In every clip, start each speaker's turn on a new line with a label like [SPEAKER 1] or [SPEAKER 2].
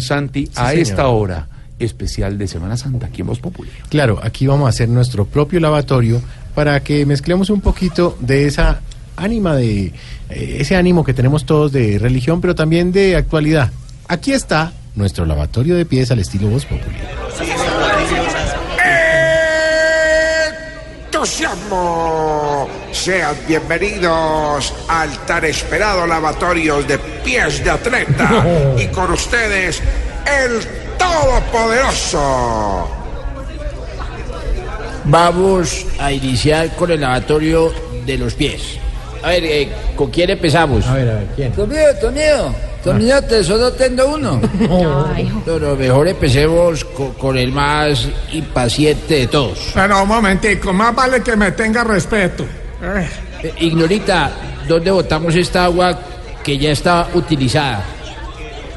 [SPEAKER 1] Santi, a
[SPEAKER 2] señor.
[SPEAKER 1] esta hora especial de Semana Santa aquí en Voz Popular.
[SPEAKER 2] Claro, aquí vamos a hacer nuestro propio lavatorio para que mezclemos un poquito de esa ánima de eh, ese ánimo que tenemos todos de religión, pero también de actualidad. Aquí está nuestro lavatorio de pies al estilo Voz Populi.
[SPEAKER 3] entusiasmo. Sean bienvenidos al tan esperado lavatorios de pies de atleta. Y con ustedes, el todopoderoso.
[SPEAKER 4] Vamos a iniciar con el lavatorio de los pies. A ver, eh, ¿con quién empezamos?
[SPEAKER 2] ver, Ah. a ver, ¿quién?
[SPEAKER 4] Conmigo, conmigo. Conmigo te solo tengo uno. Pero mejor empecemos co- con, el más impaciente de todos.
[SPEAKER 5] Pero un momentico, más vale que me tenga respeto. Eh,
[SPEAKER 4] Eh, Ignorita, ¿dónde botamos esta agua que ya está utilizada?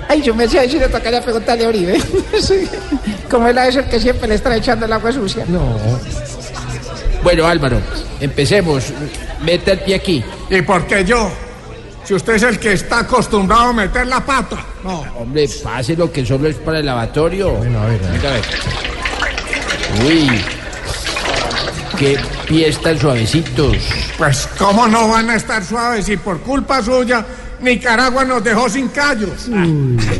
[SPEAKER 6] Ay, yo me sé si le tocaría preguntarle a Oribe. Sí. Como él es el que siempre le está echando el agua sucia.
[SPEAKER 4] Bueno, Álvaro, empecemos. Mete el pie aquí.
[SPEAKER 5] ¿Y por qué yo? Si usted es el que está acostumbrado a meter la pata. No.
[SPEAKER 4] Hombre, pase lo que solo es para el lavatorio.
[SPEAKER 2] Bueno, a ver, a ver.
[SPEAKER 4] Venga, a ver. Uy, qué pies tan suavecitos.
[SPEAKER 5] Pues cómo no van a estar suaves si por culpa suya Nicaragua nos dejó sin callos.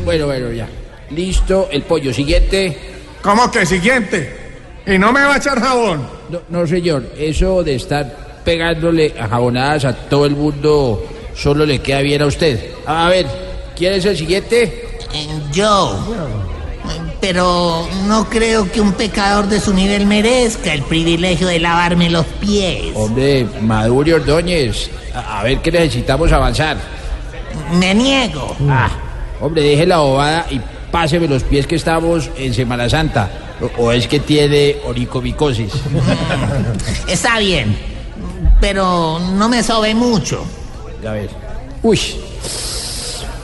[SPEAKER 4] Bueno, bueno, ya. Listo, el pollo siguiente.
[SPEAKER 5] ¿Cómo que siguiente? Y no me va a echar jabón.
[SPEAKER 4] No, no, señor, eso de estar pegándole a jabonadas a todo el mundo solo le queda bien a usted. A ver, ¿quién es el siguiente?
[SPEAKER 7] Eh, Yo. Pero no creo que un pecador de su nivel merezca el privilegio de lavarme los pies.
[SPEAKER 4] Hombre, Maduro y Ordóñez. A, a ver qué necesitamos avanzar.
[SPEAKER 7] Me niego.
[SPEAKER 4] Ah, hombre, deje la bobada y páseme los pies que estamos en Semana Santa. O, o es que tiene oricomicosis.
[SPEAKER 7] Está bien. Pero no me sobe mucho.
[SPEAKER 4] A ver. Uy.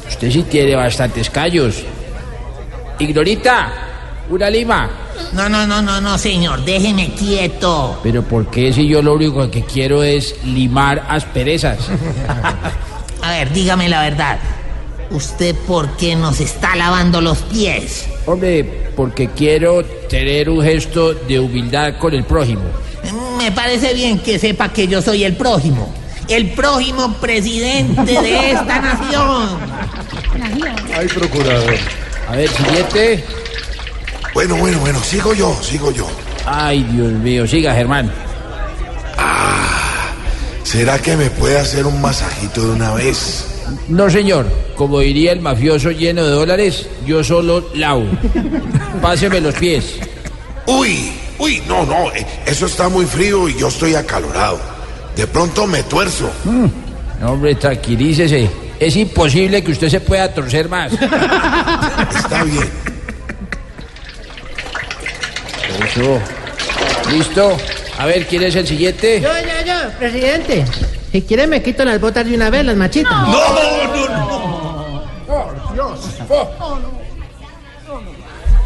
[SPEAKER 4] Usted sí tiene bastantes callos. Ignorita, una lima.
[SPEAKER 7] No, no, no, no, no, señor. Déjeme quieto.
[SPEAKER 4] Pero ¿por qué si yo lo único que quiero es limar asperezas?
[SPEAKER 7] A ver, dígame la verdad. ¿Usted por qué nos está lavando los pies?
[SPEAKER 4] Hombre, porque quiero tener un gesto de humildad con el prójimo.
[SPEAKER 7] Me parece bien que sepa que yo soy el prójimo. El prójimo presidente de esta nación.
[SPEAKER 4] A ver, siguiente.
[SPEAKER 3] Bueno, bueno, bueno, sigo yo, sigo yo.
[SPEAKER 4] Ay, Dios mío, siga, Germán.
[SPEAKER 3] ¿Será que me puede hacer un masajito de una vez?
[SPEAKER 4] No, señor. Como diría el mafioso lleno de dólares, yo solo lavo. Páseme los pies.
[SPEAKER 3] Uy, uy, no, no, eh, eso está muy frío y yo estoy acalorado. De pronto me tuerzo.
[SPEAKER 4] No, hombre, tranquilícese. Es imposible que usted se pueda torcer más.
[SPEAKER 3] Está bien.
[SPEAKER 4] Eso. ¿Listo? A ver, ¿quién es el siguiente?
[SPEAKER 6] Yo, yo, yo, presidente. Si quiere me quito las botas de una vez, las machitas.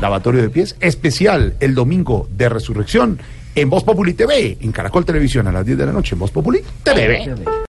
[SPEAKER 1] Lavatorio de pies especial el domingo de Resurrección en Voz Populi TV, en Caracol Televisión a las 10 de la noche en Voz Populi TV.